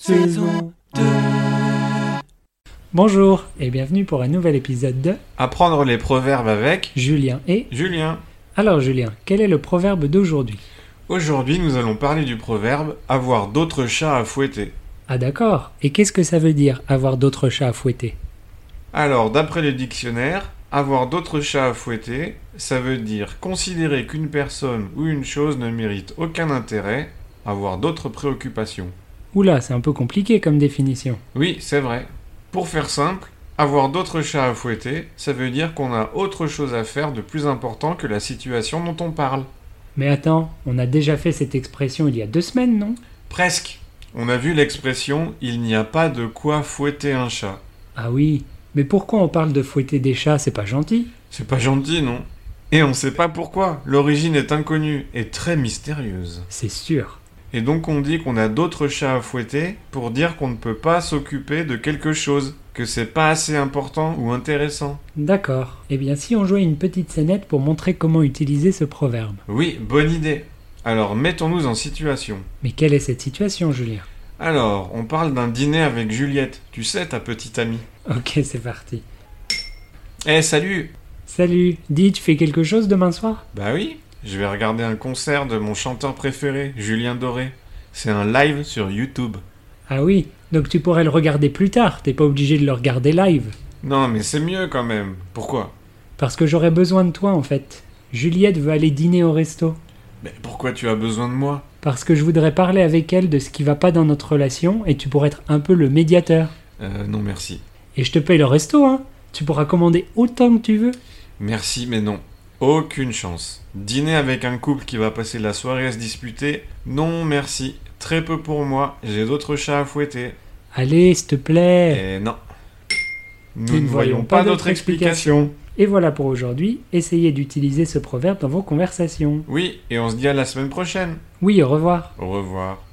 saison 2. Bonjour et bienvenue pour un nouvel épisode de Apprendre les proverbes avec Julien et... Julien. Alors Julien, quel est le proverbe d'aujourd'hui Aujourd'hui, nous allons parler du proverbe avoir d'autres chats à fouetter. Ah d'accord, et qu'est-ce que ça veut dire avoir d'autres chats à fouetter Alors, d'après le dictionnaire, avoir d'autres chats à fouetter, ça veut dire considérer qu'une personne ou une chose ne mérite aucun intérêt, avoir d'autres préoccupations. Oula, c'est un peu compliqué comme définition. Oui, c'est vrai. Pour faire simple, avoir d'autres chats à fouetter, ça veut dire qu'on a autre chose à faire de plus important que la situation dont on parle. Mais attends, on a déjà fait cette expression il y a deux semaines, non Presque. On a vu l'expression il n'y a pas de quoi fouetter un chat. Ah oui, mais pourquoi on parle de fouetter des chats, c'est pas gentil C'est pas gentil, non Et on sait pas pourquoi. L'origine est inconnue et très mystérieuse. C'est sûr. Et donc on dit qu'on a d'autres chats à fouetter pour dire qu'on ne peut pas s'occuper de quelque chose, que c'est pas assez important ou intéressant. D'accord. Eh bien si on jouait une petite scénette pour montrer comment utiliser ce proverbe. Oui, bonne idée. Alors mettons-nous en situation. Mais quelle est cette situation, Julien Alors, on parle d'un dîner avec Juliette, tu sais, ta petite amie. Ok, c'est parti. Eh, salut Salut, dis, tu fais quelque chose demain soir Bah oui, je vais regarder un concert de mon chanteur préféré, Julien Doré. C'est un live sur YouTube. Ah oui, donc tu pourrais le regarder plus tard, t'es pas obligé de le regarder live. Non, mais c'est mieux quand même. Pourquoi Parce que j'aurais besoin de toi en fait. Juliette veut aller dîner au resto. Mais pourquoi tu as besoin de moi Parce que je voudrais parler avec elle de ce qui va pas dans notre relation et tu pourrais être un peu le médiateur. Euh, non merci. Et je te paye le resto, hein Tu pourras commander autant que tu veux. Merci, mais non. Aucune chance. Dîner avec un couple qui va passer la soirée à se disputer Non merci. Très peu pour moi, j'ai d'autres chats à fouetter. Allez, s'il te plaît Et non. Eh. Nous ne voyons pas d'autre explication. Et voilà pour aujourd'hui, essayez d'utiliser ce proverbe dans vos conversations. Oui, et on se dit à la semaine prochaine. Oui, au revoir Au revoir.